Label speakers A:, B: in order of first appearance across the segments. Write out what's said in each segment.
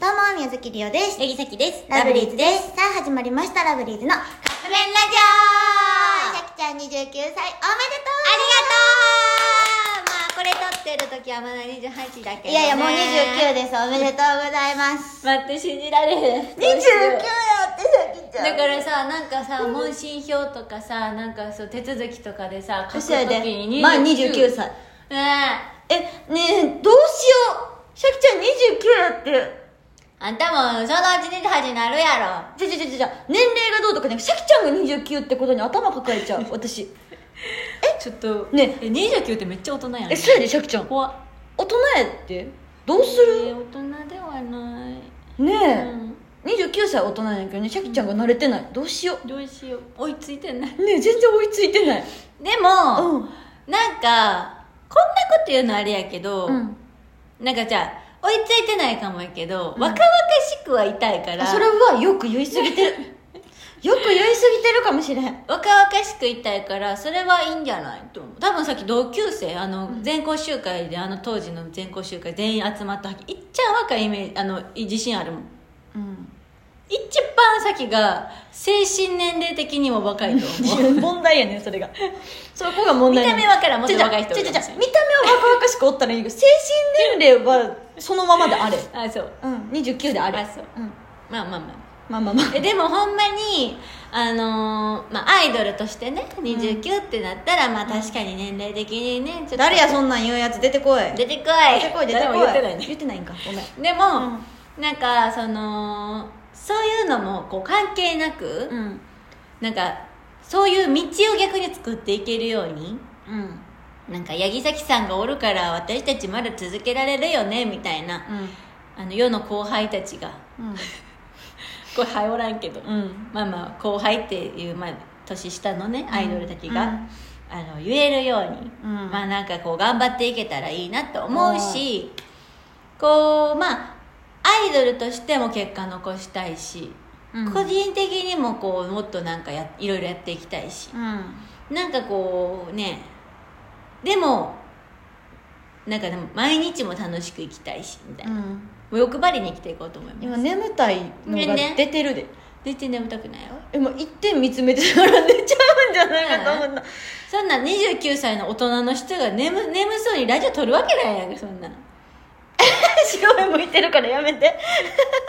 A: は宮崎りおです
B: ヤギサキです。
A: ラブリーズ
B: ズ。
A: ですさあ始まりましたラブリーズのカップ麺ラジオさきちゃん29歳おめでとう
B: ありがとうまあ、これ撮ってる時はまだ28だけど、ね。
A: いやいやもう29ですおめでとうございます
B: 待って、信じられへん。
A: 29よってさきちゃん
B: だからさ、なんかさ、問診票とかさ、なんかそう、手続きとかでさ、書く
A: そうや
B: ときに
A: でまあ29。歳
B: ねえ。
A: えねえどうしようさきちゃん29だって
B: あんたもそのうち28になるやろ。
A: じゃじゃじゃじゃじゃ年齢がどうとかねさきちゃんが29ってことに頭抱えちゃう私
B: えちょっと
A: ね
B: え、29ってめっちゃ大人やん
A: えそうやでさきちゃん
B: 怖っ。
A: 大人やってどうする
B: えー大人ではない。
A: ね
B: う
A: え、
B: ん。
A: 29歳大人やけどねシャキちゃんが慣れてないどうしよ
B: どうしよう。追いついてない。
A: うねえ全然追いついてない
B: でも、
A: うん
B: なんかこんなこと言うのあれやけど、
A: うん
B: なんかじゃあ追いついてないかもやけど、
A: うん
B: 若々しくはいたいから
A: あそれはよく言いすぎ てるよく言いすぎてるかもしれん
B: 若々しくいたいからそれはいいんじゃないと思う多分さっき同級生あの全校集会であの当時の全校集会全員集まった時いっちゃん若いイメージあのい自信あるもん
A: うん
B: 一番先が精神年齢的にも若いと思 う
A: 問題やねんそれがそこが問
B: 見
A: 題
B: た目はからんもっ
A: ち
B: と
A: ょちょ
B: 若い人
A: ちょ
B: い
A: ちょちょ
B: るかもしれん
A: 見た目は若々しくおったらいいけど精神年齢はそのままであれ
B: あそう
A: うん29であれ、
B: あそうんまあまあまあ
A: まあまあまあ
B: えでもほんまにあのーまあアイドルとしてね29ってなったら、まあ確かに年齢的にねちょっと
A: 誰やそんなん言うやつ出てこい
B: 出てこい
A: 出てこい出てこい
B: 誰も言ってないね
A: 言ってないんかごめん
B: でも、なんかそのそういうのもこう関係なく、
A: うん
B: なんかそういう道を逆に作っていけるように
A: うん
B: なんか八木崎さんがおるから私たちまだ続けられるよねみたいなあの世の後輩たちが
A: うん
B: 後輩おらんけど、
A: うん
B: まあまあ後輩っていう、まあ、年下のねアイドルたちが、
A: うん
B: あの言えるように、
A: うん
B: まあなんかこう頑張っていけたらいいなと思うし、こうまあアイドルとしても結果残したいし、
A: うん
B: 個人的にもこうもっとなんかやいろいろやっていきたいし、
A: うん
B: なんかこうねでもなんかでも毎日も楽しく生きたいしみたいな、
A: ん、
B: もう欲張りに生きていこうと思います
A: 今眠たいのが出てるで、
B: 全然眠たくないよ
A: えもう一点見つめてたら寝ちゃうんじゃない かと思った、
B: そんな29歳の大人の人が眠眠そうにラジオ撮るわけないやんかそんなん
A: 白い向いてるからやめて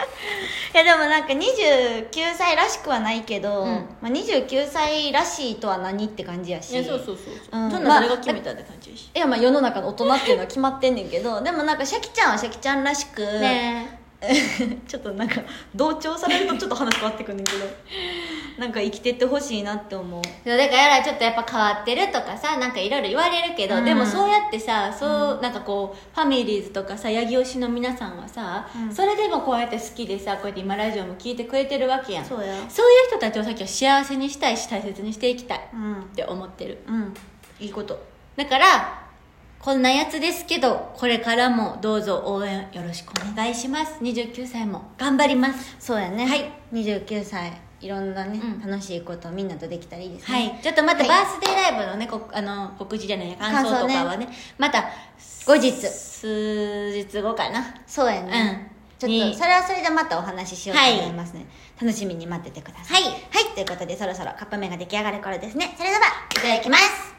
A: いやでもなんか29歳らしくはないけど、
B: うん
A: まあ、29歳らしいとは何って感じやし
B: いやそうそうそうそう、
A: うん
B: そんなん誰が決めたって感じやし、
A: いやまあ世の中の大人っていうのは決まってんねんけどでもなんかシャキちゃんはシャキちゃんらしく、
B: ね
A: ちょっとなんか同調されるとちょっと話変わってくんねんけどなんか生きてってほしいなって思う
B: えそうだからちょっとやっぱ変わってるとかさなんかいろいろ言われるけど、
A: うん
B: でもそうやってさそう、なんかこうファミリーズとかさ八木推しの皆さんはさ、
A: うん
B: それでもこうやって好きでさこうやって今ラジオも聞いてくれてるわけやんそう
A: そうや
B: いう人たちをさっきは幸せにしたいし大切にしていきたい
A: うん
B: って思ってる
A: うんいいこと
B: だからこんなやつですけどこれからもどうぞ応援よろしくお願いします29歳も頑張ります
A: そうやね
B: はい
A: 29歳いろんなね、
B: うん
A: 楽しいことをみんなとできたらいいですね、
B: はい、ちょっとまた
A: はい
B: バースデーライブのね、こあの告知じゃないや感想とかはねまた
A: 後日
B: 数日後かな
A: そうやね、
B: うん
A: ちょっ
B: に
A: とそれはそれでまたお話ししようと思いますね、楽しみに待っててください
B: はい
A: はいということでそろそろカップ麺が出来上がる頃ですねそれではいただきます